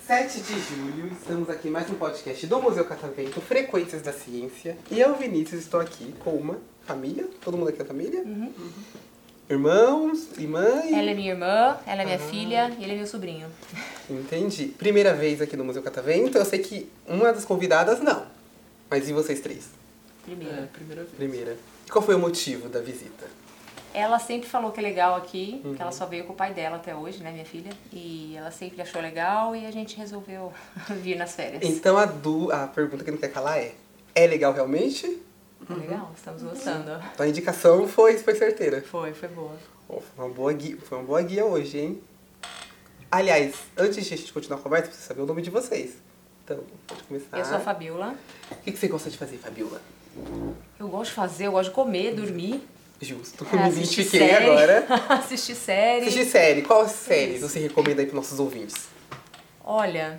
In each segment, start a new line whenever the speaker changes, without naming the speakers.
7 de julho, estamos aqui em mais um podcast do Museu Catavento, Frequências da Ciência. E eu, Vinícius, estou aqui com uma família, todo mundo aqui é família? Irmãos, irmã e...
Ela é minha irmã, ela é minha filha e ele é meu sobrinho.
Entendi. Primeira vez aqui no Museu Catavento, eu sei que uma das convidadas não. Mas e vocês três?
Primeiro.
primeira vez.
Primeira. Qual foi o motivo da visita?
Ela sempre falou que é legal aqui, que
Uhum.
ela só veio com o pai dela até hoje, né, minha filha? E ela sempre achou legal e a gente resolveu vir nas férias.
Então a, du... a pergunta que não quer calar é, é legal realmente?
Tá legal, estamos gostando.
Então a indicação foi, foi certeira.
Foi, foi boa.
Ó, foi, uma boa guia, foi uma boa guia hoje, hein? Aliás, antes de a gente continuar a conversa, eu preciso saber o nome de vocês. Então, pode começar.
Eu sou a Fabiola.
O que que você gosta de fazer, Fabiola?
Eu gosto de fazer, eu gosto de comer, dormir.
Justo.
é,
Me
assistir
identifiquei
série,
agora.
assistir série.
Assistir série. Qual série você recomenda aí pros nossos ouvintes?
Olha,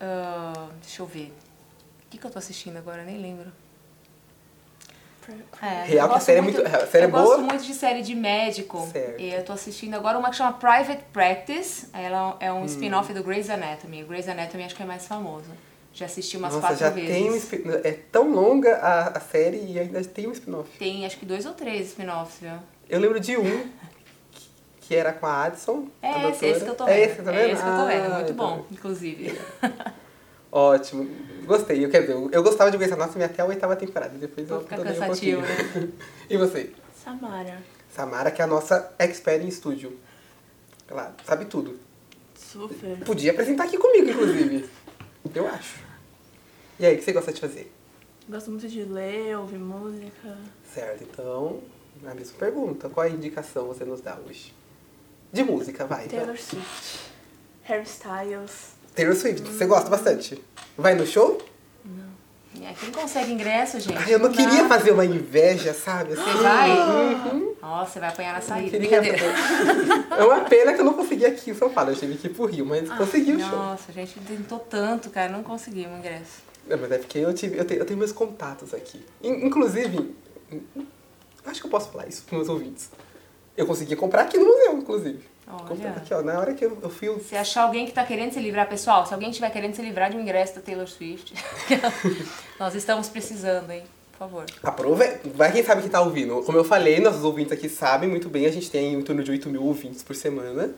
ah, deixa eu ver. O que, que eu tô assistindo agora? Nem lembro. É, eu
Real que a
gosto
série é muito- a série é
eu gosto
boa?
muito de série de médico.
Certo.
E eu tô assistindo agora uma que chama Private Practice. Ela é um
Hum.
spin-off do Grey's Anatomy. Grey's Anatomy acho que é mais famoso. Já assisti umas
Nossa,
quatro
já
vezes.
tem um spin É tão longa a, a série e ainda tem um spin-off.
Tem acho que dois ou três spin-offs, viu? É
Eu lembro de um, que- que era com a Addison. a
É esse,
doutora.
esse que eu tô vendo.
É esse, que tá vendo?
É esse que eu tô vendo.
Ah,
Muito
então.
bom, inclusive.
Ótimo. Gostei. Eu quero ver. Eu eu gostava de Grey's Anatomy até a oitava temporada. Depois
Vou
eu
ficar
abandonei um
cansativo,
pouquinho. e você?
Samara.
Samara, que é a nossa expert em estúdio. Claro, sabe tudo.
Super.
Podia apresentar aqui comigo, inclusive. Eu acho. E aí, o que você gosta de fazer?
Gosto muito de ler, ouvir música.
Certo, então, a mesma pergunta. Qual a indicação você nos dá hoje? De música, vai. Então,
Taylor Swift. Harry Styles.
Taylor Swift, você gosta bastante. Vai no show?
É, quem consegue ingresso, gente?
Ai, eu não queria
dá.
fazer uma inveja, sabe? Assim,
Você vai? Nossa, você vai apanhar na
eu
saída.
queria-
Brincadeira.
É uma pena que eu não consegui aqui em São Paulo. Eu tive que ir pro Rio, mas
Ah,
consegui o show.
Nossa, a gente tentou tanto, cara, não conseguimos o ingresso.
Não, mas é porque eu, tive, eu, tenho, eu tenho meus contatos aqui. In- Inclusive, acho que eu posso falar isso pros meus ouvintes. Eu consegui comprar aqui no museu, inclusive.
Olha.
Comprei aqui, ó. Na hora que eu, eu fui. eu-
Se achar alguém que tá querendo se livrar, pessoal, se alguém estiver querendo se livrar de um ingresso da Taylor Swift, nós estamos precisando, hein? Por favor.
Aproveita. Vai quem sabe que tá ouvindo. Como eu falei, nossos ouvintes aqui sabem muito bem, a gente tem em torno de 8 mil ouvintes por semana.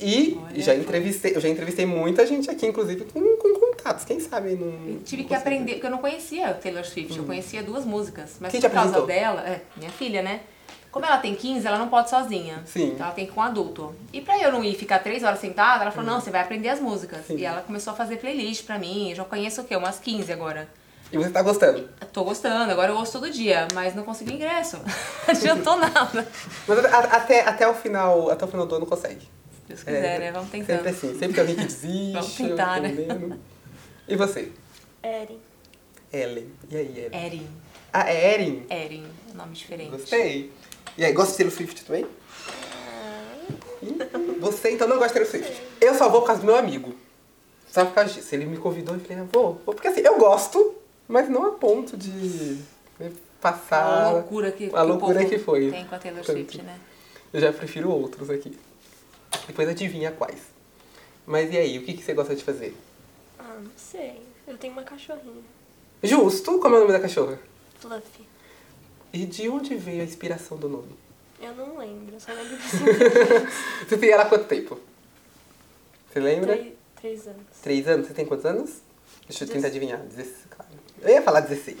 E
Olha.
já entrevistei, eu já entrevistei muita gente aqui, inclusive, com, com contatos. Quem sabe não.
Eu tive
não
que
consigo.
aprender, porque eu não conhecia Taylor Swift, eu conhecia duas músicas. Mas
Hum. Quem te
por causa
apresentou?
dela, é, minha filha, né? Como ela tem 15, ela não pode sozinha.
Sim.
Então ela tem que ir com um adulto. E pra eu não ir ficar três horas sentada, ela falou, não, você vai aprender as músicas.
Hum. Sim.
E ela começou a fazer playlist pra mim. Eu já conheço o quê? Umas 15 agora.
E você tá gostando.
Eu Tô gostando, agora eu ouço todo dia, mas não consegui ingresso. Não adiantou nada.
Mas a- até, até, o final, até o final do ano consegue.
Se Deus quiser, né? Vamos tentando.
Sempre assim, sempre tem alguém que desiste.
Vamos tentar, né?
entendendo. E você?
Erin.
Ellen. E aí, Ellen?
Erin.
Ah, é Erin?
Erin. Nome diferente.
Gostei. E aí, gosta de Taylor Swift também? Ih, Você então não gosta de Taylor Swift. Eu só vou por causa do meu amigo. Só por causa disso. Ele me convidou e falei, ah, vou, vou. Porque assim, eu gosto, mas não a ponto de né, passar.
A loucura que,
a loucura
o povo
que foi.
Tem com a Taylor
Tanto.
Swift, né?
Eu já prefiro outros aqui. Depois adivinha quais. Mas e aí, o que, que você gosta de fazer?
Ah, não sei. Eu tenho uma cachorrinha.
Justo, como é o nome da cachorra?
Fluffy.
E de onde veio a inspiração do nome?
Eu não lembro, eu só lembro que eu sempre
Você tem ela há quanto tempo? Você lembra?
três, três anos.
Três anos? Você tem quantos anos? Deixa eu tentar adivinhar. 16, claro. Eu ia falar 16.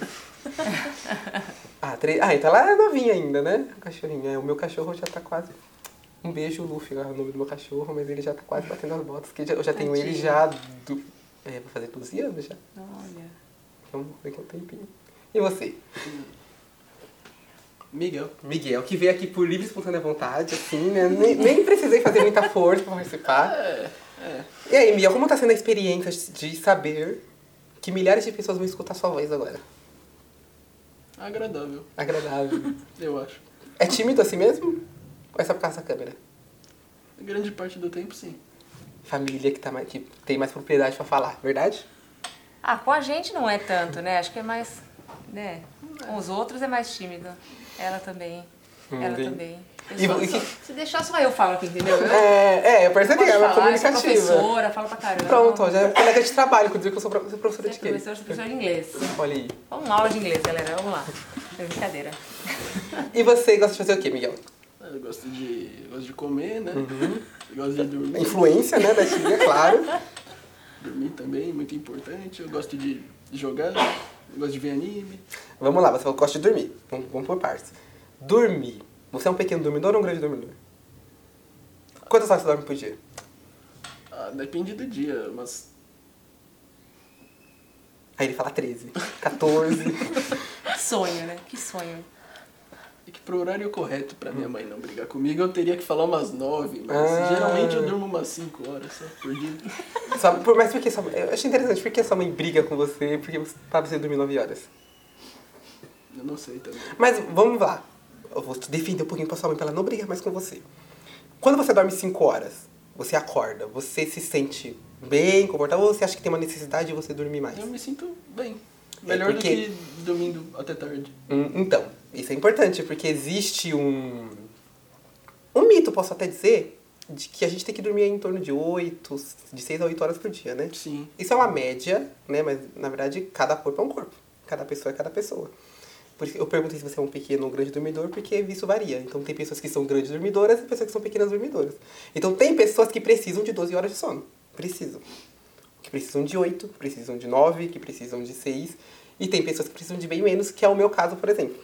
ah, três... ah, então ela é novinha ainda, né? A cachorrinha. O meu cachorro já tá quase. Um beijo, Luffy, é o nome do meu cachorro, mas ele já tá quase batendo as botas, que eu já- eu já tenho ele
Tadinho.
já do. É, vou fazer 12 anos já.
Olha.
Então, daqui a um tempinho. E você?
Miguel.
Miguel, que veio aqui por livre e espontânea vontade, assim, né? Nem, nem precisei fazer muita força pra participar.
É, é.
E aí, Miguel, como tá sendo a experiência de saber que milhares de pessoas vão escutar sua voz agora?
Agradável,
Agradável.
eu acho.
É tímido assim mesmo? Ou é só por causa da câmera?
Grande parte do tempo, sim.
Família que, tá mais, que tem mais propriedade pra falar, verdade?
Ah, com a gente não é tanto, né? Acho que é mais. Né? Com os outros é mais tímida. Ela também. Ela
Entendi.
também. Eu
E
sou-
vo- e que-
Se deixar só eu falo aqui, entendeu? Eu
É, é, eu percebi,
gosto de
ela é
falar, sou
comunicativa.
professora, falo pra caramba.
Pronto, ó, já é colega de trabalho, que eu digo que eu sou pro- sou professora
Você é
de quê?
professora, sou professora de inglês.
Olha aí.
Vamos uma aula de inglês, galera. Vamos lá. É brincadeira.
E você gosta de fazer o quê, Miguel?
É, Eu gosto de, gosto de comer, né?
Uhum.
Eu gosto de dormir.
Influência, né, da tia, claro.
Dormir também, muito importante. Eu gosto de jogar, eu gosto de ver anime.
Vamos lá, você falou que gosta de dormir. Vamos, vamos por partes. Dormir. Você é um pequeno dormidor ou um grande dormidor? Quantas horas você dorme por dia?
Ah, depende do dia, mas
Aí ele fala 13, 14.
Que sonho, né? Que sonho.
é que pro horário correto pra minha mãe não brigar comigo, eu teria que falar umas nove, mas
Hum. Ah.
geralmente eu durmo umas cinco horas só por dia.
Só, por, mas por que sua mãe? Eu achei interessante, por que sua mãe briga com você? Porque você tá você dormir 9 horas.
Eu não sei também.
Mas vamos lá. Eu vou te defender um pouquinho pra sua mãe pra ela não brigar mais com você. Quando você dorme 5 horas, você acorda, você se sente bem, confortável, ou você acha que tem uma necessidade de você dormir mais?
Eu me sinto bem.
É
Melhor do
porque-
que dormindo até tarde.
Hum, Então, isso é importante, porque existe um. Um mito, posso até dizer, de que a gente tem que dormir em torno de 8, de 6 a 8 horas por dia, né?
Sim.
Isso é uma média, né? Mas na verdade, cada corpo é um corpo. Cada pessoa é cada pessoa. Por isso que eu perguntei se você é um pequeno ou um grande dormidor, porque isso varia. Então tem pessoas que são grandes dormidoras e pessoas que são pequenas dormidoras. Então tem pessoas que precisam de 12 horas de sono. Precisam. Que precisam de 8, que precisam de 9, que precisam de 6. E tem pessoas que precisam de bem menos, que é o meu caso, por exemplo.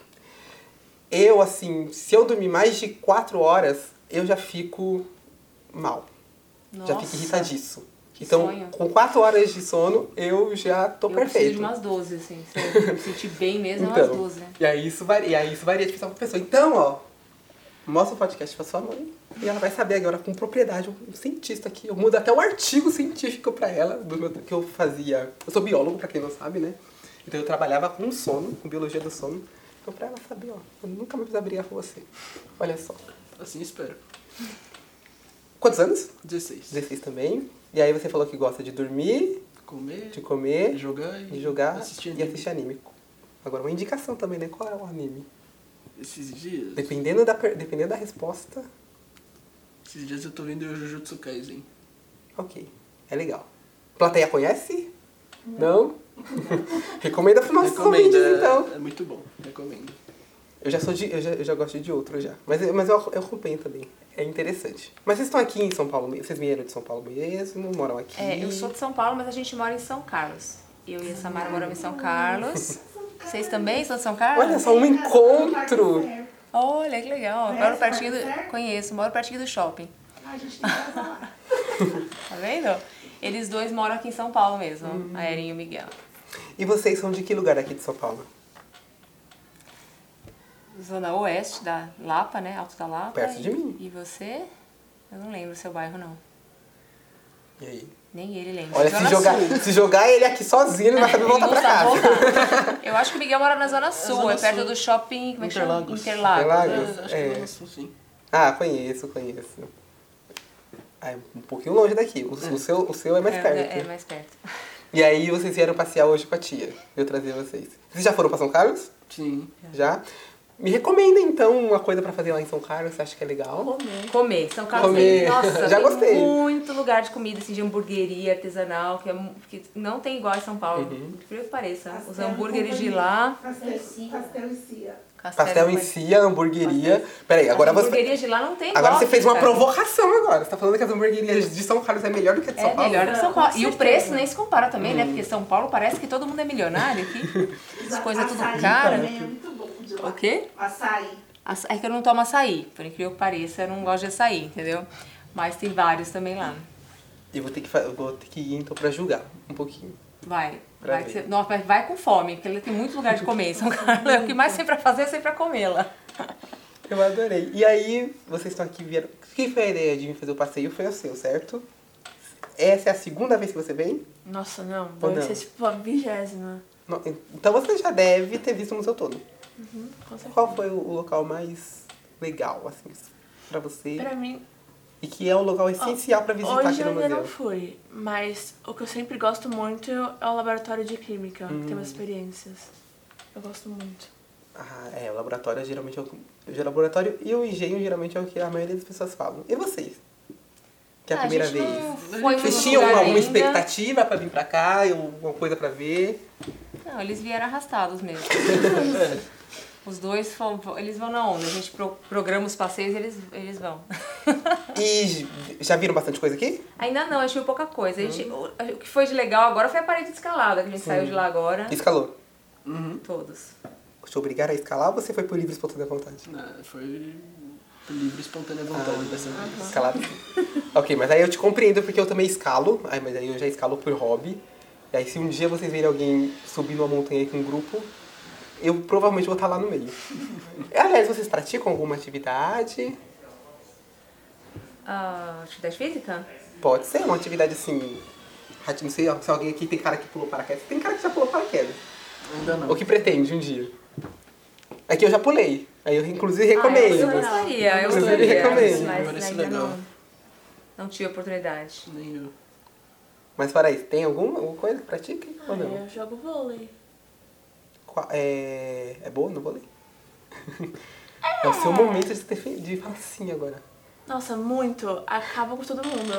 Eu, assim, se eu dormir mais de 4 horas, eu já fico mal.
Nossa.
Já fico irritadiço.
que
Então,
sonho.
com 4 horas de sono, eu já tô
eu preciso
perfeito. Então,
de umas 12, assim. Se eu me sentir bem mesmo, é umas 12. né?
e aí isso varia, e aí isso varia de pessoa pra pessoa. Então, ó, mostra o podcast pra sua mãe e ela vai saber agora com propriedade, um cientista aqui. Eu mudo até um artigo científico pra ela do meu- que eu fazia. Eu sou biólogo, pra quem não sabe, né? Então eu trabalhava com sono, com biologia do sono. Então pra ela saber, ó, eu nunca mais preciso brigar com você. Olha só.
Assim espero.
Quantos anos?
16.
16 também. E aí você falou que gosta de dormir,
Comer,
de comer,
jogar e
de jogar
assistir
e
anime.
assistir anime. Agora, uma indicação também, né? Qual é o anime?
Esses dias.
Dependendo da, per- dependendo da resposta,
Esses dias eu tô vendo o Jujutsu Kaisen.
ok. É legal. Plateia conhece? Não? Recomenda pros nossos
Recomendo,
ouvintes,
é-
então.
É muito bom, recomendo.
Eu já sou de. Eu já, eu já gosto de outro já. Mas, eu- mas eu, eu acompanho também. É interessante. Mas vocês estão aqui em São Paulo mesmo? Vocês vieram de São Paulo mesmo? Moram aqui?
É, eu sou de São Paulo, mas a gente mora em São Carlos. Eu e a Samara moramos em São Carlos. Vocês também são de São Carlos?
Olha só, um encontro!
Olha, que legal. Eu moro
Conhece
pertinho
Marco
do...
Zero?
Conheço, moro pertinho do shopping.
A gente tem que casar lá.
Tá vendo? Eles dois moram aqui em São Paulo mesmo,
Uhum.
a Erin e o Miguel.
E vocês são de que lugar aqui de São Paulo?
Zona Oeste da Lapa, né? Alto da Lapa.
Perto
E-
de mim.
E você? Eu não lembro o seu bairro, não.
E aí?
Nem ele lembra.
Olha,
Zona
se jogar,
Sul.
se jogar ele aqui sozinho, ele vai saber voltar
Ele
pra
não tá sabe
casa.
voltar. Eu acho que o Miguel mora na Zona Sul,
Zona
é perto
Sul.
do shopping. Como é que chama?
Interlagos.
Interlagos.
Interlagos.
Ah,
É,
Deus,
acho
é.
que é no sul, sim.
Ah, conheço, conheço. Ah, é um pouquinho longe daqui. O, o seu, o seu é mais
É,
perto.
é, é mais perto.
E aí vocês vieram passear hoje com a tia. Eu trazer vocês. Vocês já foram pra São Carlos?
Sim.
Já? Me recomenda então uma coisa pra fazer lá em São Carlos, você acha que é legal?
Comer. São Carlos
Comer.
tem, nossa,
Já
tem
gostei.
muito lugar de comida, assim, de hamburgueria artesanal, que, é mu- que não tem igual em São Paulo.
Uhum.
Por incrível que pareça. Os
Pastel
hambúrgueres de
companhia.
lá.
Pastel e cia. Pastel e cia.
Pastel em
companhia.
cia, hamburgueria. Peraí, agora
As
você.
hamburguerias de lá não tem
Agora
igual
você fez
aqui,
uma
é cara.
provocação agora. Você tá falando que as hamburguerias de São Carlos é melhor do que a de São
É
Paulo? Uhum.
melhor que São Paulo. E o
certeza.
preço nem se compara também, né? Porque São Paulo parece que todo mundo é milionário aqui. As coisas tudo
Açaí
cara.
também é muito bom de lá.
O quê?
Açaí.
Aça- É que eu não tomo açaí, por incrível que pareça, eu não gosto de açaí, entendeu? Mas tem vários também lá.
Eu vou ter que, fa- eu vou ter que ir então pra julgar um pouquinho.
Vai.
Pra
Vai, que
ver.
você- nossa, mas vai com fome, porque ele tem muito lugar de comer em São Carlos. O que mais tem pra fazer é sempre pra comê-la.
Eu adorei. E aí, vocês estão aqui vieram. Quem foi a ideia de vir fazer o passeio foi o seu, certo? Essa é a segunda vez que você vem?
Nossa, não. Deve
não?
ser tipo a vigésima.
Não, Então você já deve ter visto o museu todo.
Com certeza.
Qual foi o o local mais legal, assim, pra você?
Pra mim,
E que é um local essencial pra visitar
Hoje
aqui
é
no
eu ainda
museu.
não fui, mas o que eu sempre gosto muito é o laboratório de química, que tem umas
Hum.
experiências. Eu gosto muito.
Ah, é, o laboratório geralmente é o, o laboratório e o engenho geralmente é o que a maioria das pessoas falam. E vocês? Que é a
Ah,
primeira
gente
vez.
não foi em
Vocês
muito
tinham
lugar
alguma
ainda.
expectativa pra vir pra cá, alguma coisa pra ver?
Não, eles vieram arrastados mesmo. Os dois foram, eles vão na onda. A gente pro- programa os passeios e eles, eles vão.
E j- já viram bastante coisa aqui?
Ainda não, a gente viu pouca coisa. A gente,
Hum.
o, o que foi de legal agora foi a parede escalada, que a gente saiu de lá agora.
Escalou.
Todos.
Te obrigaram a escalar ou você foi por livre e espontânea vontade?
Não, é, foi livre, espontânea vontade
Ah.
dessa vez.
Escalado. ok, mas aí eu te compreendo porque eu também escalo. Ai, mas aí eu já escalo por hobby. E aí se um dia vocês verem alguém subir numa montanha aí com um grupo, eu provavelmente vou estar lá no meio. Aliás, vocês praticam alguma atividade?
Ah, atividade física?
Pode ser uma atividade assim. rati- Não sei se alguém aqui tem cara que pulou paraquedas. Tem cara que já pulou paraquedas.
Ainda não.
Ou que pretende um dia. É que eu já pulei. Aí eu inclusive recomendo.
Ah, é, eu gostaria, eu
Mas ele
gostaria.
recomenda.
Mas
Parece
ainda
legal.
não, não tive oportunidade.
Nem eu.
Mas fora isso, tem alguma, alguma coisa que pratica ou
Ah,
não?
é.
eu jogo vôlei.
Qua- É, é boa no vôlei? É o seu momento de, se defen- de falar sim agora.
Nossa, muito. Acaba com todo mundo.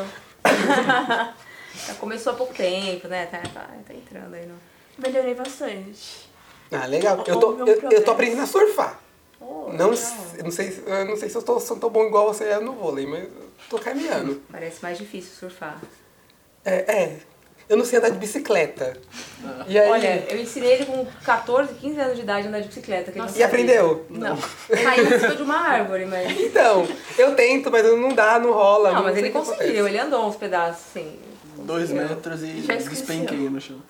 Já começou há pouco tempo, né? Tá, tá, tá entrando aí no.
Melhorei bastante.
Ah, legal. Eu tô,
Houve um
eu, eu tô
progresso.
aprendendo a surfar.
Oh,
Não,
legal.
s- eu não sei, se- eu não sei se eu tô, se eu tô bom igual você é no vôlei, mas eu tô caminhando.
Parece mais difícil surfar.
É, é. Eu não sei andar de bicicleta. E aí?
Ah. Olha, eu ensinei ele com 14, 15 anos de idade a andar de bicicleta. Que ele não
e
sabia.
aprendeu?
Não. Caiu em cima de uma árvore, mas.
Então, eu tento, mas não dá, não rola.
Não, mas
sei
ele
o que
conseguiu, ele andou uns pedaços, assim.
Dois metros e
Já esqueceu.
despenquei no chão.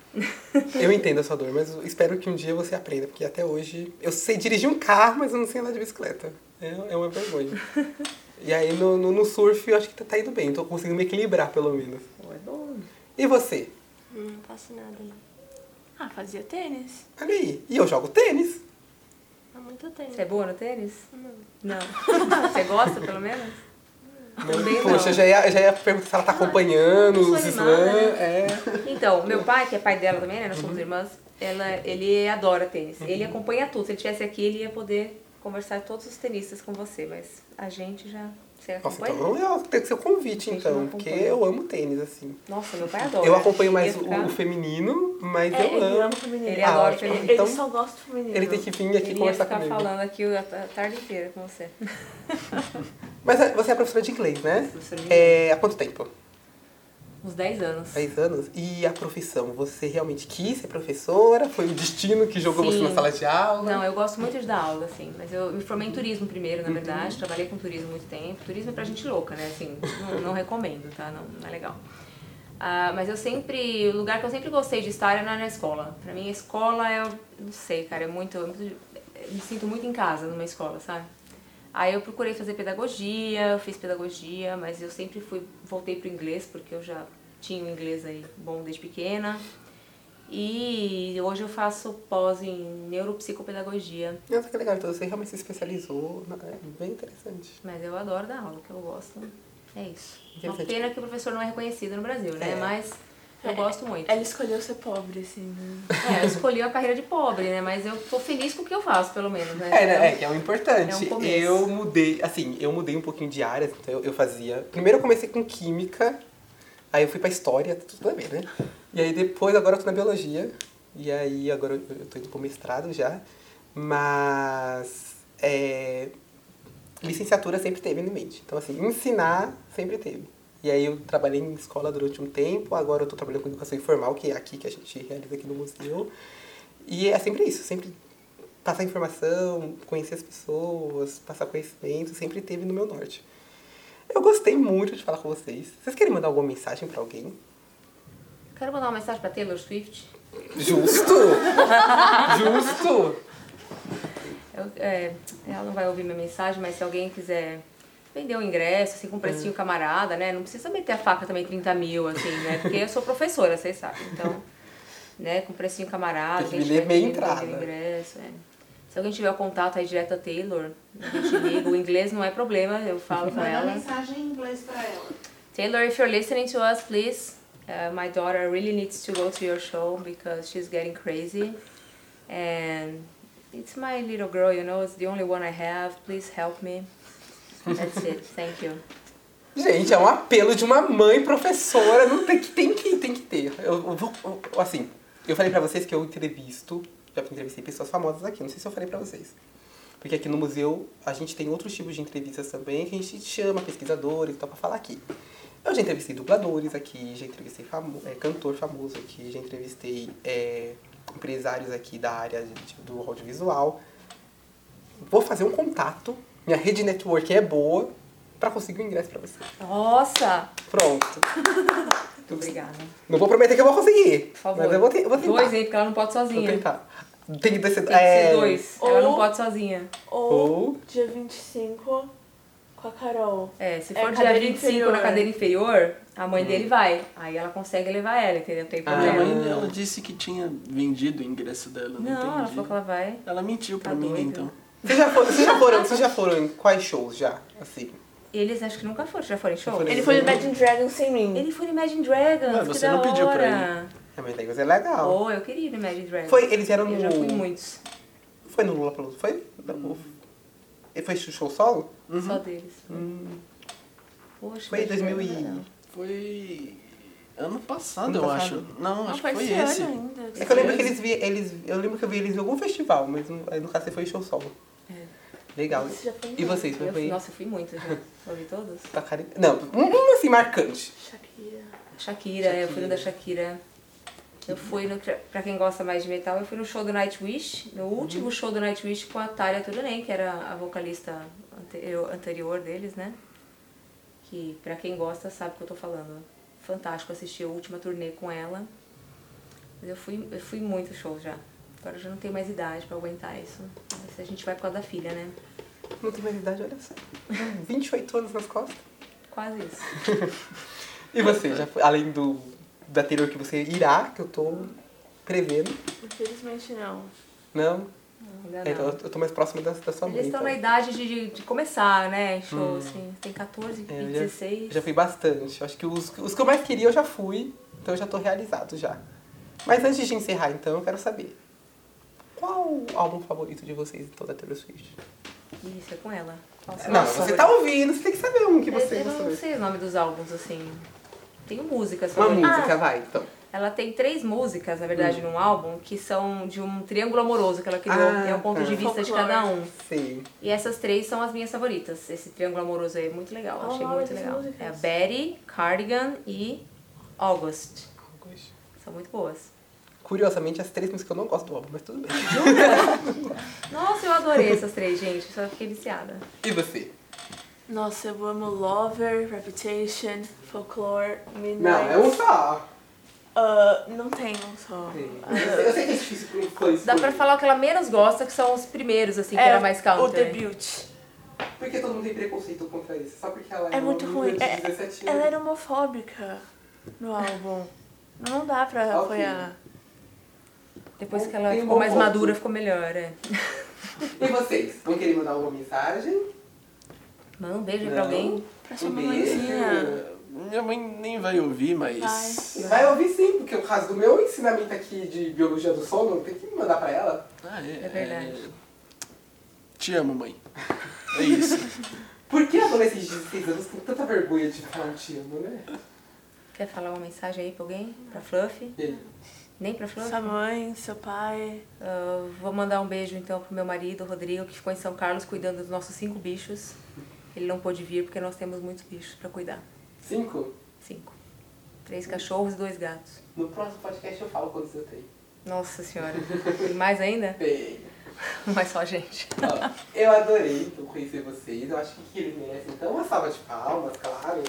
Eu entendo a sua dor, mas eu espero que um dia você aprenda, porque até hoje eu sei dirigir um carro, mas eu não sei andar de bicicleta. É, é uma vergonha. E aí no, no, no surf eu acho que tá, tá indo bem, tô conseguindo me equilibrar pelo menos.
Pô, é bom.
E você?
Não faço nada, não.
Ah, fazia tênis.
Olha aí. E eu jogo tênis.
Há muito tempo.
Você é boa no tênis?
Não.
Não. Você gosta, pelo menos? Também não. Ah,
Poxa, eu já ia, já ia perguntar se ela tá acompanhando
eu sou
os
animada,
slams.
né?
É.
Então, meu pai, que é pai dela também, né? Nós somos irmãs. Ela, ele adora tênis.
Uhum.
Ele acompanha tudo. Se ele estivesse aqui, ele ia poder conversar todos os tenistas com você. Mas a gente já... Você
Nossa,
acompanha?
então eu tenho que ser o convite,
Gente,
então,
não
porque
acompanha.
eu amo tênis, assim.
Nossa, meu pai adora.
Eu acompanho mais
Ia
o,
ficar-
o feminino, mas
É,
eu
ele ama
amo.
o feminino.
Ele
Ah,
adora o
ótimo.
feminino.
Ele
Então,
só gosta do feminino.
Ele tem que vir aqui
Ele ia
conversar
ficar
comigo.
falando aqui a ta- a tarde inteira com você.
Mas é- você é professora de inglês, né?
Professora de
É, há quanto tempo?
Uns 10 anos.
10 anos. E a profissão? Você realmente quis ser professora? Foi o destino que jogou você
Sim.
na sala de aula?
Não, eu gosto muito de dar aula, assim, mas eu me formei em turismo primeiro, na
Uhum.
verdade, trabalhei com turismo muito tempo. Turismo é pra gente louca, né? Assim, não, não recomendo, tá? Não, não é legal. Ah, mas eu sempre, o lugar que eu sempre gostei de estar era na escola. Pra mim, a escola é, o- não sei, cara, é muito, é muito- eu me sinto muito em casa numa escola, sabe? Aí eu procurei fazer pedagogia, eu fiz pedagogia, mas eu sempre fui, voltei pro inglês, porque eu já tinha o inglês aí bom desde pequena. E hoje eu faço pós em neuropsicopedagogia,
Nossa, que legal. Então você realmente se especializou. na- É bem interessante.
mas eu adoro dar aula, o que eu gosto. É isso. Uma
Interessante.
pena que o professor não é reconhecido no Brasil, né?
É.
Mas eu
É.
gosto muito.
Ela escolheu ser pobre, assim, né?
É, eu escolhi a carreira de pobre, né? Mas eu tô feliz com o que eu faço, pelo menos, né?
É, né? É,
Então,
que é o importante.
É um começo.
eu mudei, assim, eu mudei um pouquinho de áreas, então eu, eu fazia. Primeiro eu comecei com química, aí eu fui pra história, tudo a ver, né? E aí depois agora eu tô na biologia. E aí agora eu, eu tô indo pro mestrado já. Mas é, licenciatura sempre teve em mente. Então, assim, ensinar sempre teve. E aí eu trabalhei em escola durante um tempo, agora eu tô trabalhando com educação informal, que é aqui que a gente realiza aqui no museu. E é sempre isso, sempre passar informação, conhecer as pessoas, passar conhecimento, sempre teve no meu norte. Eu gostei muito de falar com vocês. Vocês querem mandar alguma mensagem pra alguém? É.
Quero mandar uma mensagem pra Taylor Swift.
Justo! Justo!
Eu- é, ela não vai ouvir minha mensagem, mas se alguém quiser vender um ingresso, assim, com um
Hum.
precinho camarada, né? Não precisa meter a faca também 30 mil, assim, né? Porque eu sou professora, vocês sabem. Então, né, com precinho camarada,
Tem que
quem
vender
tiver
meia
querendo vender
entrada.
o ingresso, é. Se alguém tiver o contato aí direto da Taylor, eu te ligo. O inglês não é problema, eu falo com
Manda
ela.
mensagem em inglês pra ela.
Taylor, if you're listening to us, please, uh, my daughter really needs to go to your show because she's getting crazy. And it's my little girl, you know, it's the only one I have. Please help me. That's it. Thank you.
Gente, é um apelo de uma mãe professora. Não tem, que- tem que tem que ter. Eu, eu vou. eu- assim, eu falei pra vocês que eu entrevisto. Já entrevistei pessoas famosas aqui. Não sei se eu falei pra vocês. Porque aqui no museu a gente tem outros tipos de entrevistas também que a gente chama pesquisadores e tal pra falar aqui. Eu já entrevistei dubladores aqui, já entrevistei famo é, cantor famoso aqui, já entrevistei é, empresários aqui da área de- do audiovisual vou fazer um contato. Minha rede network é boa pra conseguir o ingresso pra você.
Nossa!
Pronto.
Muito obrigada.
Não vou prometer que eu vou conseguir.
Por favor.
Mas eu vou, te, eu vou tentar.
Dois, hein? Porque ela não pode
vou
sozinha.
tentar. Tem que ter sido-
Tem que
é,
ser dois. Ela não
Ou-
pode sozinha.
Ou
Ou
dia 25 com a Carol.
É, se
É,
for dia
cadeira
25 na
inferior.
cadeira inferior, a mãe dele vai. Aí ela consegue levar ela, entendeu? Não tem
Ah.
Minha
problema.
mãe, ela disse que tinha vendido o ingresso dela, não,
não, ela
entendi.
falou que ela vai.
Ela mentiu pra
Tá
mim,
doida.
então.
vocês já, foram, vocês já foram, vocês já foram em quais shows já? Assim.
Eles acho que nunca foram. Já foram em show?
foram em
Ele foi no Imagine Dragons sem mim.
Ele foi no Imagine Dragons,
Ué,
que
você
da
não pediu pra
hora.
A minha é legal.
Oh, eu queria ir no Imagine Dragons.
Foi, eles vieram
Eu já fui Hum.
no.
muitos,
Foi no Lula Palusa? Foi? Não. Ele Foi show solo?
Uhum.
só deles. Poxa,
Uhum. Hum. Foi em
Imagine
2000
Dragons não.
e.
Foi ano passado,
Ano
eu
passado?
acho. Não,
Não
acho
foi
que foi
esse
esse.
ano ainda.
É que eu lembro que eles vi, eles. Eu lembro que eu vi eles em algum festival, mas no, aí no caso você foi em show solo. Legal.
Você já foi em
E vocês, foi
É. Eu
foi
fui,
em
nossa, eu fui muito já. Ouvi todos?
Pra Cari- Não, um, um, assim marcante.
Shakira.
Shakira, eu fui no da Shakira. Eu fui no. Pra quem gosta mais de metal, eu fui no show do Nightwish, no último show do Nightwish com a Talia Turunen, que era a vocalista anterior, anterior deles, né? Que pra quem gosta sabe o que eu tô falando. Fantástico assistir a última turnê com ela. Mas eu fui, eu fui muito show já. Agora eu já não tenho mais idade pra aguentar isso. Mas a gente vai por causa da filha, né?
Não tem mais idade, olha só. 28 anos nas costas.
Quase isso.
E você, já foi, além do da Taylor que você irá, que eu tô prevendo.
Infelizmente não.
Não?
Ainda
Então
não.
eu tô mais próximo da, da sua mãe.
Eles estão
então.
na idade de, de- de começar, né? em Show, assim. Tem 14,
Hum. É, eu já-
16.
Eu já fui bastante. Eu Acho que os, os que eu mais queria eu já fui. Então eu já tô realizado já. Mas antes de encerrar, então, eu quero saber. Qual o álbum favorito de vocês, então, da Taylor Swift?
Isso, é com ela. Nossa,
não,
nossa,
você
eu-
tá ouvindo, você tem que saber um que
eu-
você
Eu não
gostou.
sei Ah. o nome dos álbuns, assim. Tenho músicas.
Uma
favoritas.
música, vai, então.
Ela tem três músicas, na verdade, num álbum, que são de um triângulo amoroso que ela criou.
Ah,
é o ponto
tá.
de vista de
Folclore.
cada um.
Sim.
E essas três são as minhas favoritas. Esse triângulo amoroso aí é muito legal.
Qual o
achei
nome
muito
dessas
legal.
músicas?
É a Betty, Cardigan e August. São muito boas.
Curiosamente, as três músicas que eu não gosto do álbum, mas tudo bem.
Nossa, eu adorei essas três, gente. Só fiquei viciada.
E você?
Nossa, eu amo Lover, Reputation, Folklore,
é um
Midnight.
só.
Ah, não tem um só.
Eu sei que é difícil pro fã
Dá pra falar o que ela menos gosta, que são os primeiros, assim,
É,
que era mais
É o
counter.
debut.
Porque todo mundo tem preconceito contra isso. Só porque ela
É muito ruim. É- ela era homofóbica no álbum. Não dá pra
Ok.
apoiar.
Depois que
Tem
ela
um
ficou
bom
mais
ponto.
madura, ficou melhor, é.
E vocês? Vão querer mandar alguma mensagem?
Manda um beijo aí pra
Não.
alguém.
Pra sua
Um beijo.
mamãezinha.
Minha mãe nem vai ouvir, mas.
Vai.
Vai ouvir sim, porque o caso do meu ensinamento aqui de biologia do sono, tem que mandar pra ela.
Ah, é,
É verdade.
Te amo, mãe. É isso.
Por que adolescentes de 16 anos têm tanta vergonha de falar um te amo, né?
Quer falar uma mensagem aí pra alguém? Pra Fluffy?
E aí?
Nem pra Fluffy?
Sua mãe, seu pai.
Ah, vou mandar um beijo então pro meu marido, Rodrigo, que ficou em São Carlos cuidando dos nossos cinco bichos. Ele não pôde vir porque nós temos muitos bichos pra cuidar.
Cinco?
Cinco. Três cachorros e dois gatos.
No próximo podcast eu falo quantos eu tenho.
Nossa senhora. Tem mais ainda?
Tenho.
Mas só a gente.
Ó, Eu adorei então, conhecer vocês. Eu acho que que eles merecem. Então, uma salva de palmas, claro.